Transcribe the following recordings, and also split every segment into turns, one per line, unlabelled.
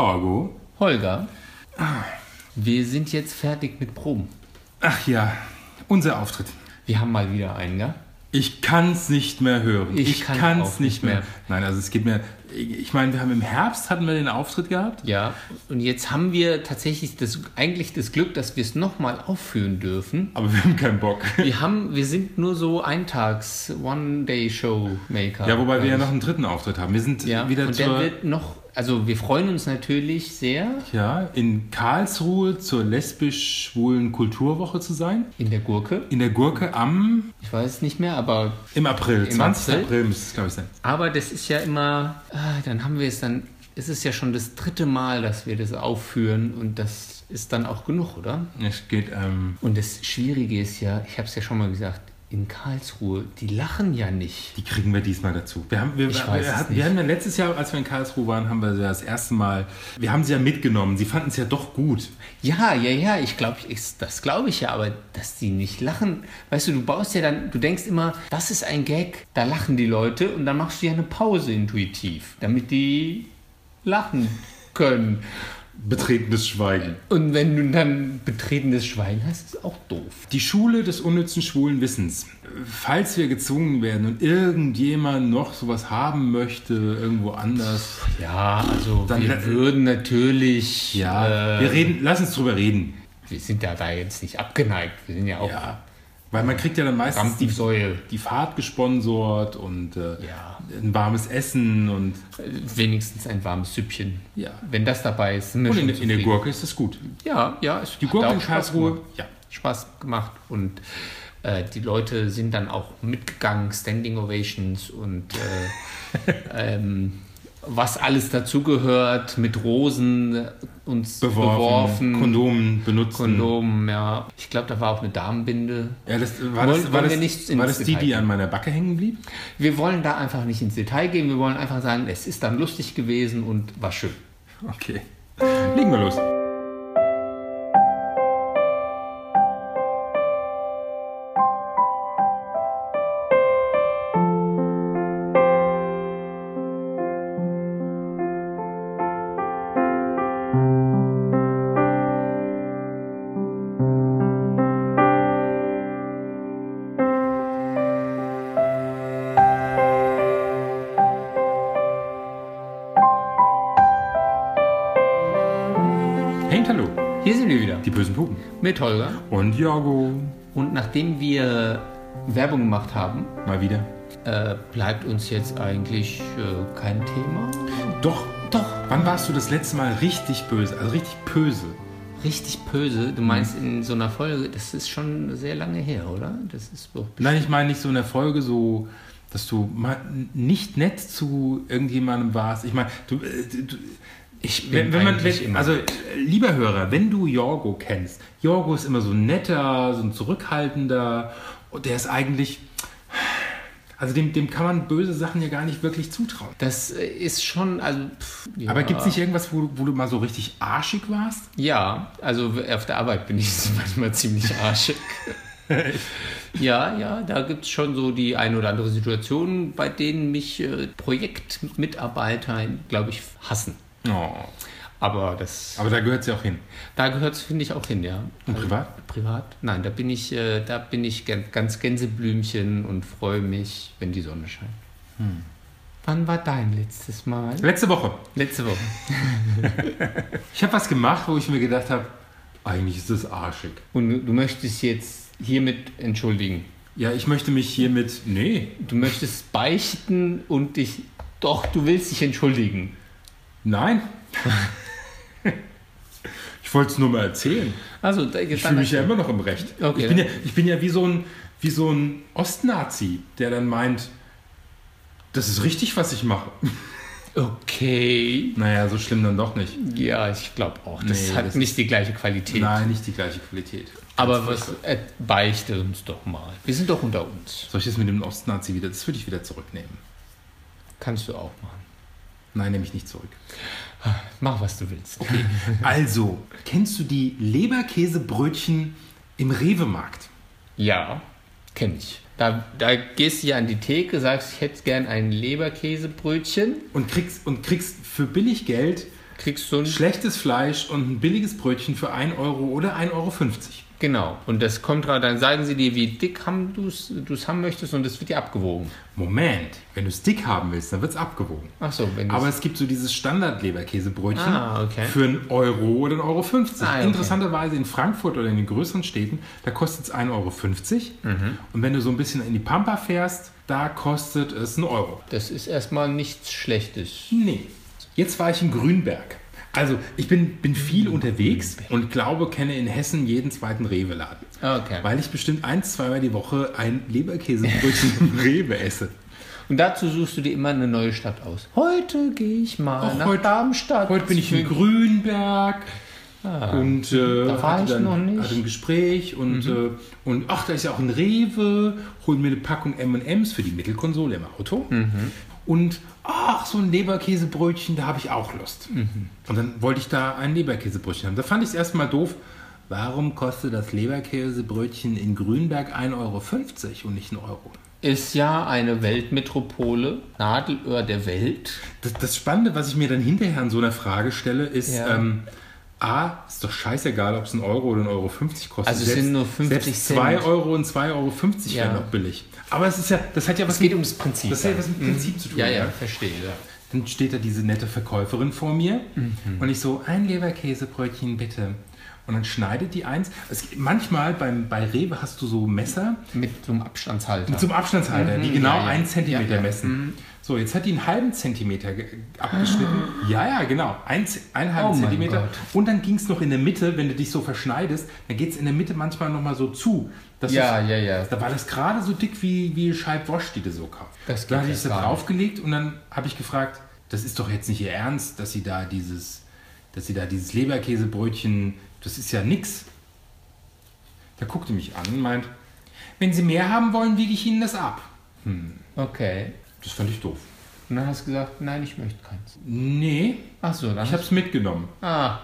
Jorgo.
Holger, wir sind jetzt fertig mit Proben.
Ach ja, unser Auftritt.
Wir haben mal wieder einen, gell?
Ich kann's nicht mehr hören.
Ich kann auch nicht mehr.
Nein, also es geht mir. Ich meine, wir haben im Herbst hatten wir den Auftritt gehabt.
Ja. Und jetzt haben wir tatsächlich das, eigentlich das Glück, dass wir es nochmal aufführen dürfen.
Aber wir haben keinen Bock.
Wir haben, wir sind nur so Eintags, One-Day-Show-Maker.
Ja, wobei wir ja noch einen dritten Auftritt haben. Wir sind
ja.
wieder
Und der
zur,
wird noch, also wir freuen uns natürlich sehr,
ja, in Karlsruhe zur lesbisch-schwulen Kulturwoche zu sein.
in der Gurke,
In der Gurke am
ich weiß es nicht mehr, aber,
im April.
Im
20.
April?
April, müsste es, glaube ich, sein.
aber das ist ja immer, ah, dann haben wir es dann, es ist ja schon das dritte Mal, dass wir das aufführen und das ist dann auch genug, oder?
Es geht, ähm,
Und das Schwierige ist ja, ich habe es ja schon mal gesagt, in Karlsruhe, die lachen ja nicht.
die kriegen wir diesmal dazu. Wir haben, wir,
Ich weiß
wir,
es
hatten,
nicht.
wir haben ja letztes Jahr, als wir in Karlsruhe waren, haben wir das erste Mal, wir haben sie ja mitgenommen. Sie fanden es ja doch gut.
Ja, ja, ja, ich glaube, das glaube ich ja, aber dass die nicht lachen, weißt du, du baust ja dann, du denkst immer, das ist ein Gag, da lachen die Leute und dann machst du ja eine Pause intuitiv, damit die lachen können.
Betretenes Schweigen.
Und wenn du dann betretenes Schweigen hast, ist auch doof.
Die Schule des unnützen schwulen Wissens. Falls wir gezwungen werden und irgendjemand noch sowas haben möchte, irgendwo anders.
Ja, also
Dann
wir
lä-
würden natürlich,
Ja,
äh,
wir reden, lass uns drüber reden.
wir sind ja da jetzt nicht abgeneigt, wir sind ja auch ja,
Ja. Weil man kriegt ja dann meistens die,
Rampensäule.
die Fahrt gesponsort und äh,
Ja.
ein warmes Essen und
Wenigstens ein warmes Süppchen.
Ja.
Wenn das dabei ist, sind wir
Und
schon
in, in der
zufrieden.
Gurke ist das gut.
Ja, ja. Es
Die Gurke in Karlsruhe,
Spaß gemacht.
ja.
Spaß gemacht und äh, die Leute sind dann auch mitgegangen, Standing Ovations und äh, ähm, was alles dazugehört, mit Rosen äh, uns beworfen,
Beworfen, Kondomen benutzen.
Kondom, ja. Ich glaube, da war auch eine Damenbinde.
Ja, das, war
Wollen-
das, war
wollen
das,
wir nicht ins
war das die,
Detail
die
gehen?
an meiner Backe hängen blieb?
Wir wollen da einfach nicht ins Detail gehen, wir wollen einfach sagen, es ist dann lustig gewesen und war schön.
Okay. Legen wir los. Hey, hallo.
Hier sind wir wieder
Die bösen Pupen.
mit Holger.
Und Jago.
Und nachdem wir Werbung gemacht haben,
Mal wieder.
äh, bleibt uns jetzt eigentlich äh, kein Thema.
Doch, doch. Wann warst du das letzte Mal richtig böse? Also richtig böse.
Richtig böse, du meinst in so einer Folge, das ist schon sehr lange her, oder? Das ist doch
Nein, ich meine nicht so in der Folge so, dass du mal nicht nett zu irgendjemandem warst. Ich meine, du, äh, du
ich
wenn, wenn man,
eigentlich
wenn, also äh, lieber Hörer, wenn du Jorgo kennst, Jorgo ist immer so ein netter, so ein zurückhaltender und der ist eigentlich, also dem, dem kann man böse Sachen ja gar nicht wirklich zutrauen.
das äh, ist schon, also pff, ja.
Aber gibt es nicht irgendwas, wo, du- wo du mal so richtig arschig warst?
Ja, also w- auf der Arbeit bin ich manchmal ziemlich arschig. ja, ja, da gibt es schon so die eine oder andere Situation, bei denen mich äh, Projektmitarbeiter, glaube ich, hassen.
Oh,
Aber das
aber da gehört sie auch hin.
Da gehört es, finde ich, auch hin, ja.
Und privat?
Privat? Nein, da bin ich, äh, da bin ich gän- ganz Gänseblümchen und freue mich, wenn die Sonne scheint.
Hm.
Wann war dein letztes Mal?
Letzte Woche.
Letzte Woche.
Ich habe was gemacht, wo ich mir gedacht habe, eigentlich ist das arschig.
Und du möchtest jetzt hiermit entschuldigen.
Ja, ich möchte mich hiermit. Nee,
Du möchtest beichten und dich. Doch, du willst dich entschuldigen.
nein. ich wollte es nur mal erzählen.
Also, da,
Ich fühle mich ja immer noch im Recht.
Okay.
Ich, bin ja, ich bin ja wie so ein, wie so ein Ostnazi, der dann meint, das ist richtig, was ich mache.
Okay.
Naja, so schlimm dann doch nicht.
Ja, ich glaube auch. Das
Nee,
hat
das
nicht die gleiche Qualität.
Nein, nicht die gleiche Qualität.
Aber was äh, beichte uns doch mal. Wir sind doch unter uns.
Soll ich das mit dem Ostnazi wieder? Das würde ich wieder zurücknehmen.
Kannst du auch machen.
Nein, nehme ich nicht zurück.
Mach, was du willst.
Also, kennst du die Leberkäsebrötchen im Rewe-Markt?
Ja, kenne ich. Da, da gehst du ja an die Theke, sagst, ich hätte gern ein Leberkäsebrötchen.
und kriegst, und kriegst für billig Geld
kriegst du ein
Schlechtes Fleisch und ein billiges Brötchen für 1 Euro oder 1,50 Euro.
Genau. Und das kommt drauf, dann sagen sie dir, wie dick haben du's, du es haben möchtest und das wird dir abgewogen.
Moment, wenn du es dick haben willst, dann wird es abgewogen.
Ach so, wenn du's-
Aber es gibt so dieses Standard-Leberkäsebrötchen
Ah, okay.
für einen Euro oder 1,50 Euro.
Ah, okay.
Interessanterweise in Frankfurt oder in den größeren Städten, da kostet es 1,50 Euro.
Mhm.
Und wenn du so ein bisschen in die Pampa fährst, da kostet es einen Euro.
das ist erstmal nichts Schlechtes.
Nee. Jetzt war ich in Grünberg. Also ich bin, bin viel unterwegs und glaube, kenne in Hessen jeden zweiten Rewe-Laden.
Okay.
Weil ich bestimmt ein, zweimal die Woche ein Leberkäsebrötchen im Rewe esse.
Und dazu suchst du dir immer eine neue Stadt aus. Heute gehe ich mal
Ach,
nach
heute-
Darmstadt.
Heute bin ich in Grünberg und äh,
Ah. Da war ich
hatte, dann,
noch nicht. Mhm.
hatte ein Gespräch und, äh, und ach, da ist ja auch ein Rewe, hol mir eine Packung M&M's für die Mittelkonsole im Auto.
Mhm.
Und ach, so ein Leberkäsebrötchen, da habe ich auch Lust.
Mhm.
Und dann wollte ich da ein Leberkäsebrötchen haben. Da fand ich es erstmal doof. Warum kostet das Leberkäsebrötchen in Grünberg 1,50 Euro und nicht 1 Euro?
Ist ja eine Weltmetropole, Nadelöhr der Welt.
Das, das Spannende, was ich mir dann hinterher an so einer Frage stelle, ist,
Ja.
ähm, A, ist doch scheißegal, ob es ein Euro oder ein Euro 50 kostet.
Also es sind nur 50
selbst
Cent.
2 Euro und 2,50 Euro
Ja. um
wären noch billig. Aber es ist ja, das hat ja was, mit,
ums Prinzip.
das hat ja was mit Prinzip zu tun.
Mhm. ja,
ja.
ja, verstehe. Ja.
Dann steht da diese nette Verkäuferin vor mir
Mhm.
und ich so, ein Leberkäsebrötchen bitte. Und dann schneidet die eins. Es, manchmal beim, bei Rewe hast du so Messer,
Mit so einem Abstandshalter.
zum Abstandshalter, die genau
Mhm. ja, ja.
einen Zentimeter
Ja, Mhm. ja.
messen. So, jetzt hat die einen halben Zentimeter ge- abgeschnitten. Ja, ja, genau. Ein, Z- einen halben
Ah. Oh mein
Zentimeter.
Gott.
Und dann ging es noch in der Mitte, wenn du dich so verschneidest, dann geht es in der Mitte manchmal nochmal so zu. dass
ja,
es-
ja, ja.
Da war das gerade so dick wie, wie Scheibwosch, die du so kaufst.
Das
da
geht
hatte ich
ja
sie
gar nicht.
draufgelegt und dann habe ich gefragt, das ist doch jetzt nicht ihr Ernst, dass sie da dieses, dass sie da dieses Leberkäsebrötchen, das ist ja nix. Da guckte mich an und meint, wenn sie mehr haben wollen, wiege ich ihnen das ab.
Okay.
Das fand ich doof.
Und dann hast du gesagt, nein, ich möchte keins.
Nee,
Ach so, dann
ich habe es mitgenommen.
Ah.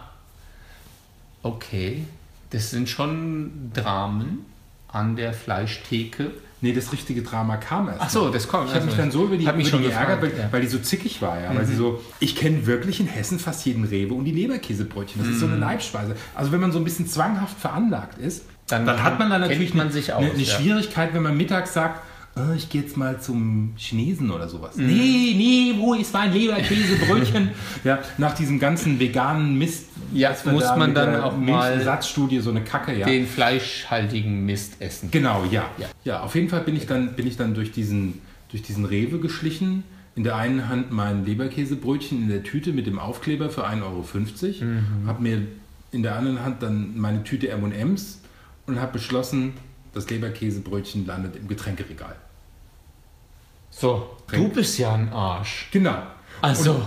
Okay. Das sind schon Dramen an der Fleischtheke.
Nee, das richtige Drama kam erst.
Ach so, das kommt.
Ich habe mich
Also,
dann so über die,
hab mich
über
schon
die geärgert,
gefragt,
weil,
ja. Mhm.
weil die so zickig war, ja. Weil sie so, ich kenne wirklich in Hessen fast jeden Rewe und die Leberkäsebrötchen. Das ist so
Mhm.
eine Leibspeise. Also wenn man so ein bisschen zwanghaft veranlagt ist,
Dann
dann, hat man da
kennt
natürlich
man
eine,
sich
eine,
aus,
eine
ja.
Schwierigkeit, wenn man mittags sagt, "Oh, ich gehe jetzt mal zum Chinesen oder sowas.
Mhm.
Nee, nee, wo ist mein Leberkäsebrötchen? ja, nach diesem ganzen veganen Mist.
Ja,
was
muss man
mit
dann
der
auch mal-
Milchersatzstudie so eine Kacke, ja.
Den fleischhaltigen Mist essen.
Genau, ja. ja.
Ja.
auf jeden Fall bin ich dann, bin ich dann durch, diesen, durch diesen Rewe geschlichen. In der einen Hand mein Leberkäsebrötchen in der Tüte mit dem Aufkleber für 1,50 Euro. Habe mir in der anderen Hand dann meine Tüte M&M's und habe beschlossen, das Leberkäsebrötchen landet im Getränkeregal.
So, du
Trink.
bist ja ein Arsch.
Genau.
Also,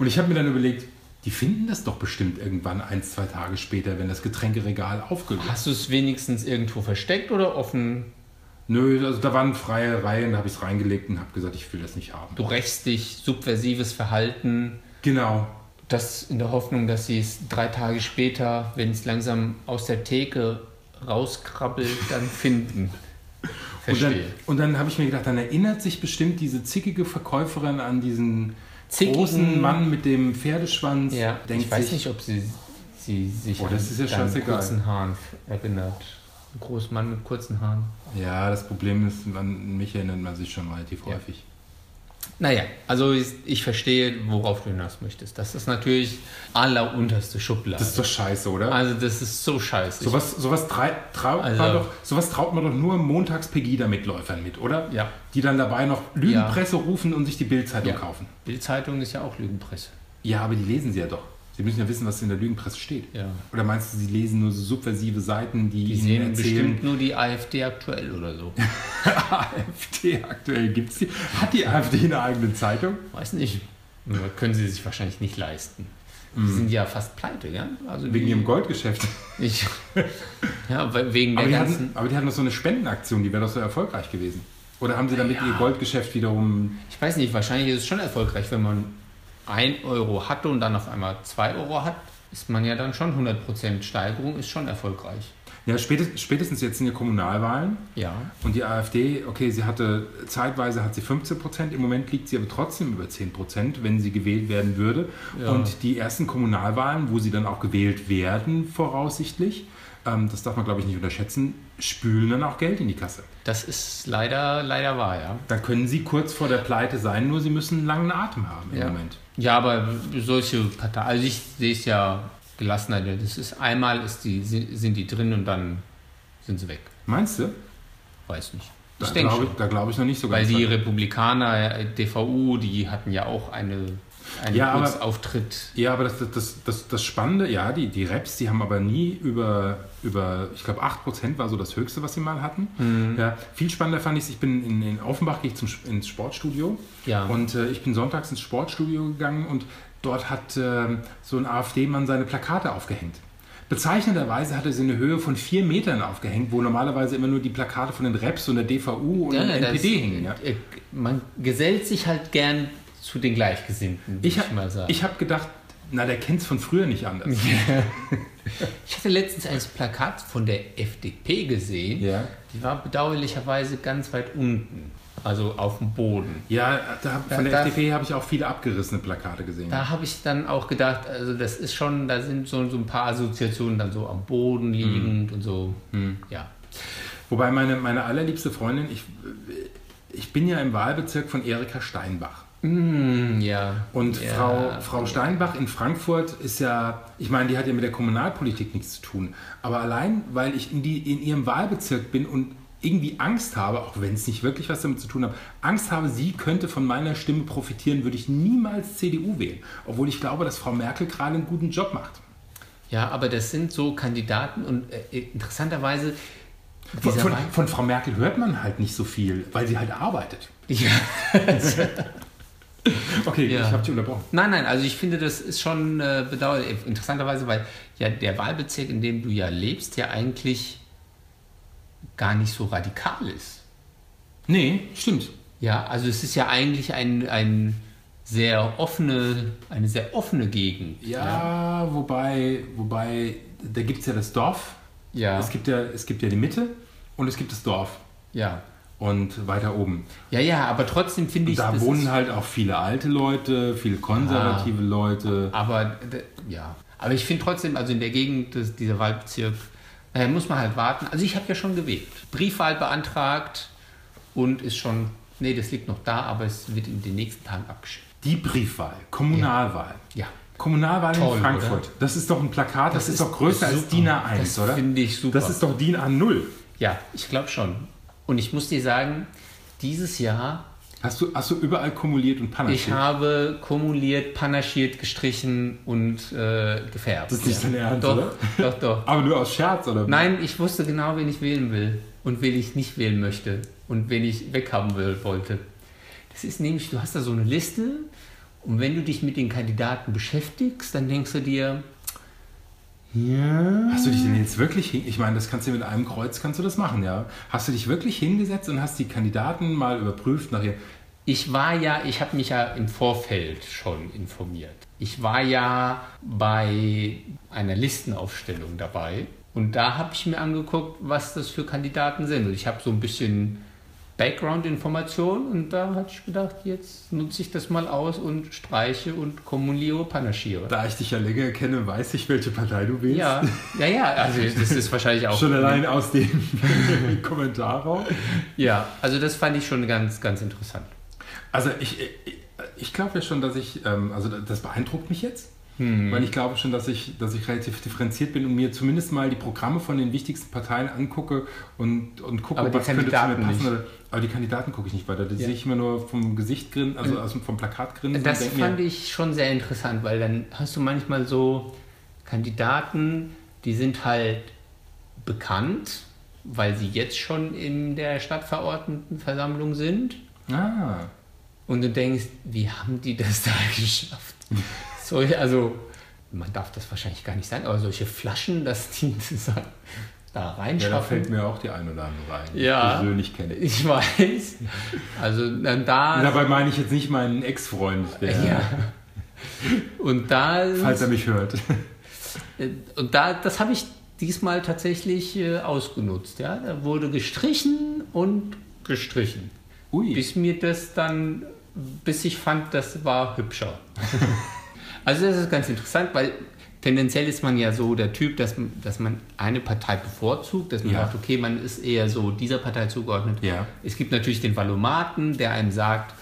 Und ich habe mir dann überlegt, die finden das doch bestimmt irgendwann ein, zwei Tage später, wenn das Getränkeregal aufgelöst
hast du es wenigstens irgendwo versteckt oder offen?
Nö, also da waren freie Reihen, da habe ich es reingelegt und habe gesagt, ich will das nicht haben.
Du rächst dich, subversives Verhalten.
Genau.
Das in der Hoffnung, dass sie es drei Tage später, wenn es langsam aus der Theke rauskrabbelt, dann finden.
Und dann,
Verstehe.
und dann habe ich mir gedacht, dann erinnert sich bestimmt diese zickige Verkäuferin an diesen
Zickigen-
großen Mann mit dem Pferdeschwanz.
Ja,
denkt
ich weiß
sich,
nicht, ob sie, sie sich
Oh, das ist ja
deinen
scheißegal.
kurzen Haaren erinnert. Ein großer Mann mit kurzen Haaren.
Ja, das Problem ist, an mich erinnert man sich schon relativ
Ja.
häufig.
Naja, also ich, ich verstehe, worauf du hinaus möchtest. Das ist natürlich allerunterste Schublade.
Das ist doch scheiße, oder?
also das ist so scheiße.
sowas sowas, trei- trau
Also-
man doch, sowas traut man doch nur montags Pegida-Mitläufern mit, oder?
Ja.
Die dann dabei noch Lügenpresse rufen und sich die Bildzeitung
Ja.
kaufen.
Bildzeitung ist ja auch Lügenpresse.
Ja, aber die lesen sie ja doch. Sie müssen ja wissen, was in der Lügenpresse steht.
Ja.
Oder meinst du, sie lesen nur so subversive Seiten, die,
Die
ihnen
sehen
erzählen,
bestimmt nur die AfD aktuell oder so.
AfD aktuell gibt's die? Hat die AfD eine eigene Zeitung?
Weiß nicht. Nur Können sie sich wahrscheinlich nicht leisten. Die sind ja fast pleite, ja? Also
Mhm. Wegen
die,
ihrem Goldgeschäft.
Ich, ja, we- wegen
Aber
der
die,
ganzen.
hatten, aber die hatten doch so eine Spendenaktion, die wäre doch so erfolgreich gewesen. Oder haben sie damit ihr Goldgeschäft wiederum.
Ich weiß nicht, wahrscheinlich ist es schon erfolgreich, wenn man 1 Euro hatte und dann auf einmal 2 Euro hat, ist man ja dann schon 100% Steigerung, ist schon erfolgreich.
Ja, spätestens, spätestens jetzt sind ja Kommunalwahlen
Ja.
und die AfD, okay, sie hatte, zeitweise hat sie 15 Prozent, im Moment liegt sie aber trotzdem über 10 Prozent, wenn sie gewählt werden würde.
Ja.
Und die ersten Kommunalwahlen, wo sie dann auch gewählt werden, voraussichtlich, ähm, das darf man, glaube ich, nicht unterschätzen, spülen dann auch Geld in die Kasse.
Das ist leider, leider wahr, ja.
Dann können sie kurz vor der Pleite sein, nur sie müssen einen langen Atem haben im
Ja.
Moment.
Ja, aber solche Parteien, also ich sehe es ja gelassener. Das ist einmal ist die, sind die drin und dann sind sie weg.
Meinst du?
Weiß nicht. Ich
Da
denke
glaube
schon.
ich, da glaube ich noch nicht so
Weil
ganz.
die
dran.
Republikaner, äh, DVU, die hatten ja auch eine, einen
Ja, aber-
Kurzauftritt.
Ja, aber das, das- das, das, das Spannende, ja, die, die Raps, die haben aber nie über, über ich glaube, 8% war so das Höchste, was sie mal hatten.
Mhm.
Ja, viel spannender fand ich ich bin in, in Offenbach, gehe ich zum, Sp- ins Sportstudio
Ja.
und äh, ich bin sonntags ins Sportstudio gegangen und dort hat ähm, so ein AfD-Mann seine Plakate aufgehängt. Bezeichnenderweise hat er sie eine Höhe von vier Metern aufgehängt, wo normalerweise immer nur die Plakate von den Raps und der DVU und der
das-
NPD hängen. Ja.
äh, Man gesellt sich halt gern zu den Gleichgesinnten, würde ich,
Ich, hab-
mal sagen.
ich habe gedacht, na, der kennt es von früher nicht anders.
Ich hatte letztens ein Plakat von der FDP gesehen.
Ja.
Die war bedauerlicherweise ganz weit unten, also auf dem Boden.
Ja, da, hab- von der
da-
FDP habe ich auch viele abgerissene Plakate gesehen.
Da habe ich dann auch gedacht, also das ist schon, da sind so, so ein paar Assoziationen dann so am
Mhm.
Boden liegend und so. Ja.
Wobei meine, meine allerliebste Freundin, ich, äh, ich bin ja im Wahlbezirk von Erika Steinbach.
Mm, ja.
Und
ja.
Frau, Frau Steinbach in Frankfurt ist ja, ich meine, die hat ja mit der Kommunalpolitik nichts zu tun. Aber allein, weil ich in, die, in ihrem Wahlbezirk bin und irgendwie Angst habe, auch wenn es nicht wirklich was damit zu tun hat, Angst habe, sie könnte von meiner Stimme profitieren, würde ich niemals CDU wählen. Obwohl ich glaube, dass Frau Merkel gerade einen guten Job macht.
Ja, aber das sind so Kandidaten und äh, interessanterweise.
Von,
dieser
von,
Wahl-
von Frau Merkel hört man halt nicht so viel, weil sie halt arbeitet.
ja.
Okay,
Ja.
ich habe dich unterbrochen.
Nein, nein, also ich finde, das ist schon äh, bedauerlich. Interessanterweise, weil ja der Wahlbezirk, in dem du ja lebst, ja eigentlich gar nicht so radikal ist.
Nee, stimmt.
Ja, also es ist ja eigentlich ein, ein sehr offene, eine sehr offene Gegend.
Ja, wobei, wobei, da gibt es ja das Dorf.
Ja.
Es gibt ja, es gibt ja die Mitte und es gibt das Dorf.
Ja.
Und weiter oben.
Ja, ja, aber trotzdem finde ich.
Da
das
wohnen
ist,
halt auch viele alte Leute, viele konservative
Ah.
Leute.
aber d- ja. Aber ich finde trotzdem, also in der Gegend des, dieser Wahlbezirk, naja, muss man halt warten. Also ich habe ja schon gewählt. Briefwahl beantragt und ist schon. Nee, das liegt noch da, aber es wird in den nächsten Tagen abgeschickt.
Die Briefwahl, Kommunalwahl.
Ja.
Kommunalwahl
Toll,
in Frankfurt. Das ist doch ein Plakat, das, ist doch größer als
super.
DIN A1,
das
oder?
Finde ich super.
Das ist doch DIN A0.
ja, ich glaube schon. Und ich muss dir sagen, dieses Jahr,
Hast du, hast du überall kumuliert und Panne
ich habe kumuliert, panaschiert, gestrichen und äh, gefärbt.
Das ist nicht
ja.
dein Ernst,
doch,
oder?
Doch, doch.
Aber nur aus Scherz, oder? wie?
Nein, ich wusste genau, wen ich wählen will und wen ich nicht wählen möchte und wen ich weghaben will, wollte. Das ist nämlich, du hast da so eine Liste und wenn du dich mit den Kandidaten beschäftigst, dann denkst du dir,
Hast du dich denn jetzt wirklich hin... Ich meine, das kannst du mit einem Kreuz kannst du das machen, ja? Hast du dich wirklich hingesetzt und hast die Kandidaten mal überprüft nachher?
Ich war ja, ich habe mich ja im Vorfeld schon informiert. Ich war ja bei einer Listenaufstellung dabei und da habe ich mir angeguckt, was das für Kandidaten sind. Und ich habe so ein bisschen Background-Information und da hatte ich gedacht, jetzt nutze ich das mal aus und streiche und kumuliere, panaschiere.
Da ich dich ja länger kenne, weiß ich, welche Partei du wählst.
Ja, ja, ja, also das ist wahrscheinlich auch.
Schon allein aus dem Kommentarraum.
Ja, also das fand ich schon ganz, ganz interessant.
Also ich, ich, ich glaube ja schon, dass ich... Ähm, also das beeindruckt mich jetzt.
Hm.
Weil ich glaube schon, dass ich, dass ich relativ differenziert bin und mir zumindest mal die Programme von den wichtigsten Parteien angucke und, und gucke,
Aber die
was könnte zu mir
Kandidaten
passen.
nicht.
Oder, aber die Kandidaten gucke ich nicht weiter. Die sehe ich immer nur vom Gesicht grinsen, also aus, dem- vom Plakat grinsen. und
Äh, Das
denk mir-
fand ich schon sehr interessant, weil dann hast du manchmal so Kandidaten, die sind halt bekannt, weil sie jetzt schon in der Stadtverordnetenversammlung sind.
Ah,
Und du denkst, wie haben die das da geschafft? Solche, also, man darf das wahrscheinlich gar nicht sagen, aber solche Flaschen, dass die das da
ja, da
reinschaffen.
fällt mir auch die ein oder andere ein. die
Ja.
Ich persönlich kenne.
ich weiß. Also, dann da.
Dabei meine ich jetzt nicht meinen Ex-Freund, der,
ja. Und da.
falls er mich hört.
Äh, Und da, das habe ich diesmal tatsächlich äh, ausgenutzt. Ja? Da wurde gestrichen und gestrichen.
Ui.
Bis mir das dann, bis ich fand, das war hübscher. also das ist ganz interessant, weil tendenziell ist man ja so der Typ, dass, dass man eine Partei bevorzugt, dass man
Ja.
sagt, okay, man ist eher so dieser Partei zugeordnet.
Ja.
Es gibt natürlich den Valomaten, der einem sagt,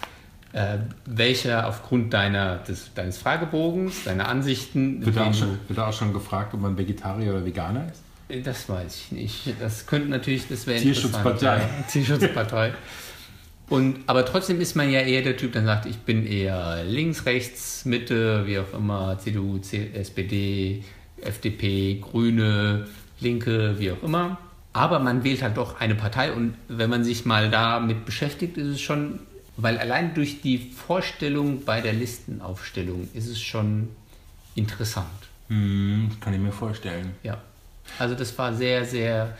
äh, welcher aufgrund deiner, des, deines Fragebogens, deiner Ansichten,
Wird da,
wen
auch
du-
schon, wird da auch schon gefragt, ob man Vegetarier oder Veganer ist?
das weiß ich nicht. Das könnte natürlich, das wäre
Tierschutzpartei.
interessant. Ja, Tierschutzpartei. Und, aber trotzdem ist man ja eher der Typ, der sagt, ich bin eher links, rechts, Mitte, wie auch immer, CDU, C- SPD, FDP, Grüne, Linke, wie auch immer. Aber man wählt halt doch eine Partei und wenn man sich mal damit beschäftigt, ist es schon, weil allein durch die Vorstellung bei der Listenaufstellung ist es schon interessant.
Hm, kann ich mir vorstellen.
Ja. Also das war sehr, sehr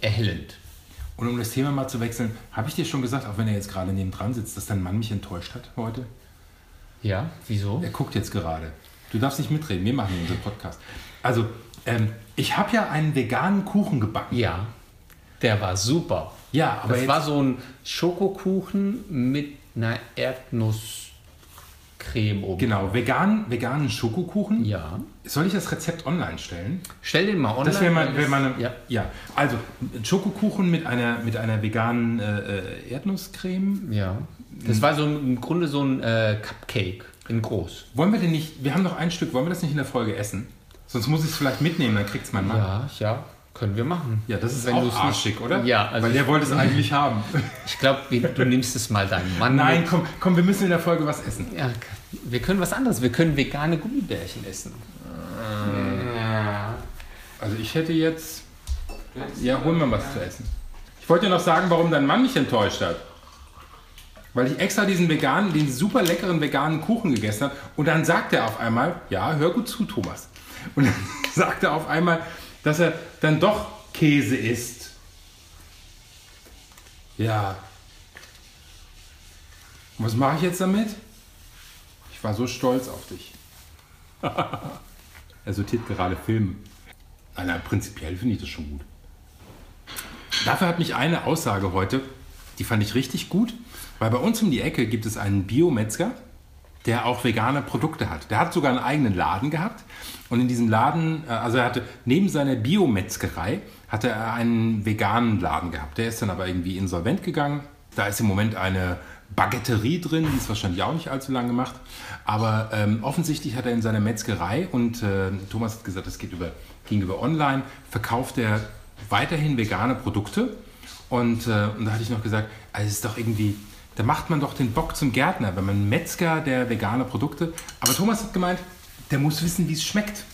erhellend.
Und um das Thema mal zu wechseln, habe ich dir schon gesagt, auch wenn er jetzt gerade nebendran sitzt, dass dein Mann mich enttäuscht hat heute?
Ja, wieso?
Er guckt jetzt gerade. Du darfst nicht mitreden, wir machen unseren Podcast. Also, ähm, ich habe ja einen veganen Kuchen gebacken.
Ja, der war super.
Ja, aber
das
jetzt-
war so ein Schokokuchen mit einer Erdnusscreme oben.
Genau, vegan, veganen Schokokuchen.
Ja.
Soll ich das Rezept online stellen?
Stell den mal online.
Das wäre mal,
weil
wär mal eine, ja.
ja.
Also, ein Schokokuchen mit einer, mit einer veganen äh, äh, Erdnusscreme.
ja. Das war so im Grunde so ein äh, Cupcake in groß.
Wollen wir denn nicht, wir haben noch ein Stück, wollen wir das nicht in der Folge essen? Sonst muss ich es vielleicht mitnehmen, dann kriegt es mein Mann. Ja.
Ja, ja. Können wir machen.
das ist
Wenn
auch
du's nicht-
arschig, oder?
Ja, also
Weil der wollte es eigentlich haben.
ich glaube, du nimmst es mal deinem Mann.
Nein, komm, komm, wir müssen in der Folge was essen.
Ja, wir können was anderes. Wir können vegane Gummibärchen essen.
Also ich hätte jetzt. Ja, hol mir was zu essen. Ich wollte dir noch sagen, warum dein Mann mich enttäuscht hat. Weil ich extra diesen veganen, den super leckeren veganen Kuchen gegessen habe. Und dann sagt er auf einmal, ja, hör gut zu, Thomas. Und dann sagt er auf einmal, dass er dann doch Käse isst. Ja. Und was mache ich jetzt damit? Ich war so stolz auf dich. er sortiert gerade Filme. Nein, nein, prinzipiell finde ich das schon gut. Dafür hat mich eine Aussage heute, die fand ich richtig gut, weil bei uns um die Ecke gibt es einen Biometzger, der auch vegane Produkte hat. Der hat sogar einen eigenen Laden gehabt und in diesem Laden, äh, also er hatte neben seiner Biometzgerei, hatte er einen veganen Laden gehabt. Der ist dann aber irgendwie insolvent gegangen. Da ist im Moment eine Baguetterie drin, die ist wahrscheinlich auch nicht allzu lange gemacht. Aber ähm, offensichtlich hat er in seiner Metzgerei und äh, Thomas hat gesagt, das geht über, ging über online, verkauft er weiterhin vegane Produkte. Und, äh, und da hatte ich noch gesagt, also es ist doch irgendwie, da macht man doch den Bock zum Gärtner, wenn man Metzger der veganer Produkte. Aber Thomas hat gemeint, der muss wissen, wie es schmeckt.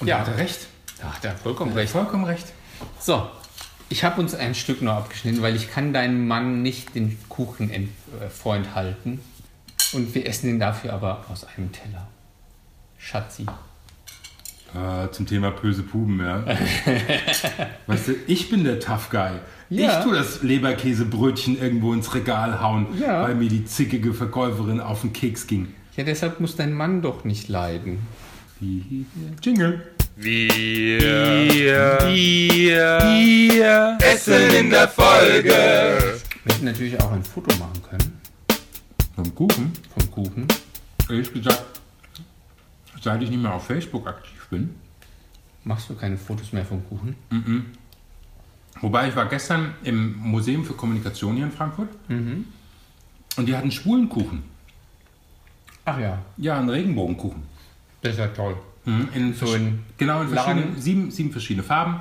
Und
Ja.
da hat er recht.
Ach, der hat vollkommen
Er hat
recht.
vollkommen recht.
So, ich habe uns ein Stück nur abgeschnitten, weil ich kann deinem Mann nicht den Kuchen ent- äh, vorenthalten. Und wir essen den dafür aber aus einem Teller. Schatzi.
Ah, zum Thema böse Puben, ja. weißt du, ich bin der Tough Guy.
Ja.
Ich tue das Leberkäsebrötchen irgendwo ins Regal hauen,
Ja.
weil mir die zickige Verkäuferin auf den Keks ging.
Ja, deshalb muss dein Mann doch nicht leiden.
Jingle.
Wir hätten natürlich auch ein Foto machen können
Vom Kuchen?
vom Kuchen.
Ehrlich gesagt, seit ich nicht mehr auf Facebook aktiv bin,
Machst du keine Fotos mehr vom Kuchen?
Wobei ich war gestern im Museum für Kommunikation hier in Frankfurt und die hatten schwulen Kuchen.
Ach ja,
Ja, einen Regenbogenkuchen.
das ist ja toll.
Mhm, In
So
versch-
Hm, in
genau, in
Lagen.
verschiedenen, sieben, sieben verschiedene Farben.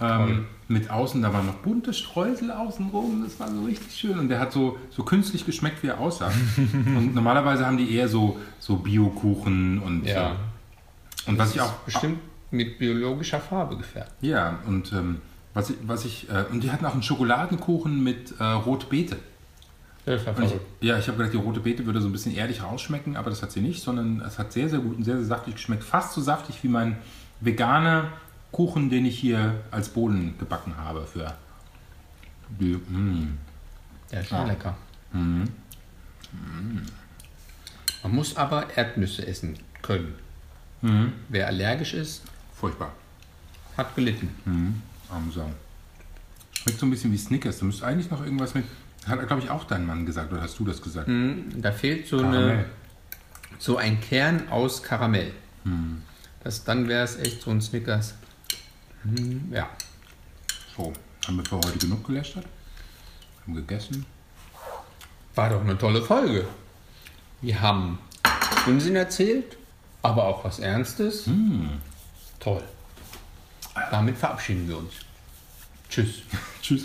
Ähm, mit außen, da waren noch bunte Streusel außenrum, das war so richtig schön. Und der hat so, so künstlich geschmeckt, wie er aussah. und normalerweise haben die eher so, so Biokuchen und,
Ja.
äh, und was ich
Ist
auch
bestimmt mit biologischer Farbe gefärbt.
Ja, und ähm, was ich, was ich äh, und die hatten auch einen Schokoladenkuchen mit äh, Rotbeete.
Das ist ja
Und ich, Also, ja, ich habe gedacht, die rote Beete würde so ein bisschen erdig rausschmecken, aber das hat sie nicht, sondern es hat sehr, sehr gut und sehr, sehr saftig geschmeckt. Fast so saftig wie mein veganer Kuchen, den ich hier als Boden gebacken habe für die, mm.
Der ist schon lecker. Mm. Man muss aber Erdnüsse essen können. Wer allergisch ist,
furchtbar.
hat gelitten.
Arm Sau. Schmeckt so ein bisschen wie Snickers. Du müsstest eigentlich noch irgendwas mit. Hat, glaube ich, auch dein Mann gesagt. Oder hast du das gesagt?
Da fehlt so,
Karamell.
eine, so ein Kern aus Karamell. Das, dann wäre es echt so ein Snickers. Hm, ja.
So, haben wir für heute genug gelästert? Haben gegessen?
War doch eine tolle Folge. Wir haben Unsinn erzählt, aber auch was Ernstes. Toll. Damit verabschieden wir uns. Tschüss.
Tschüss.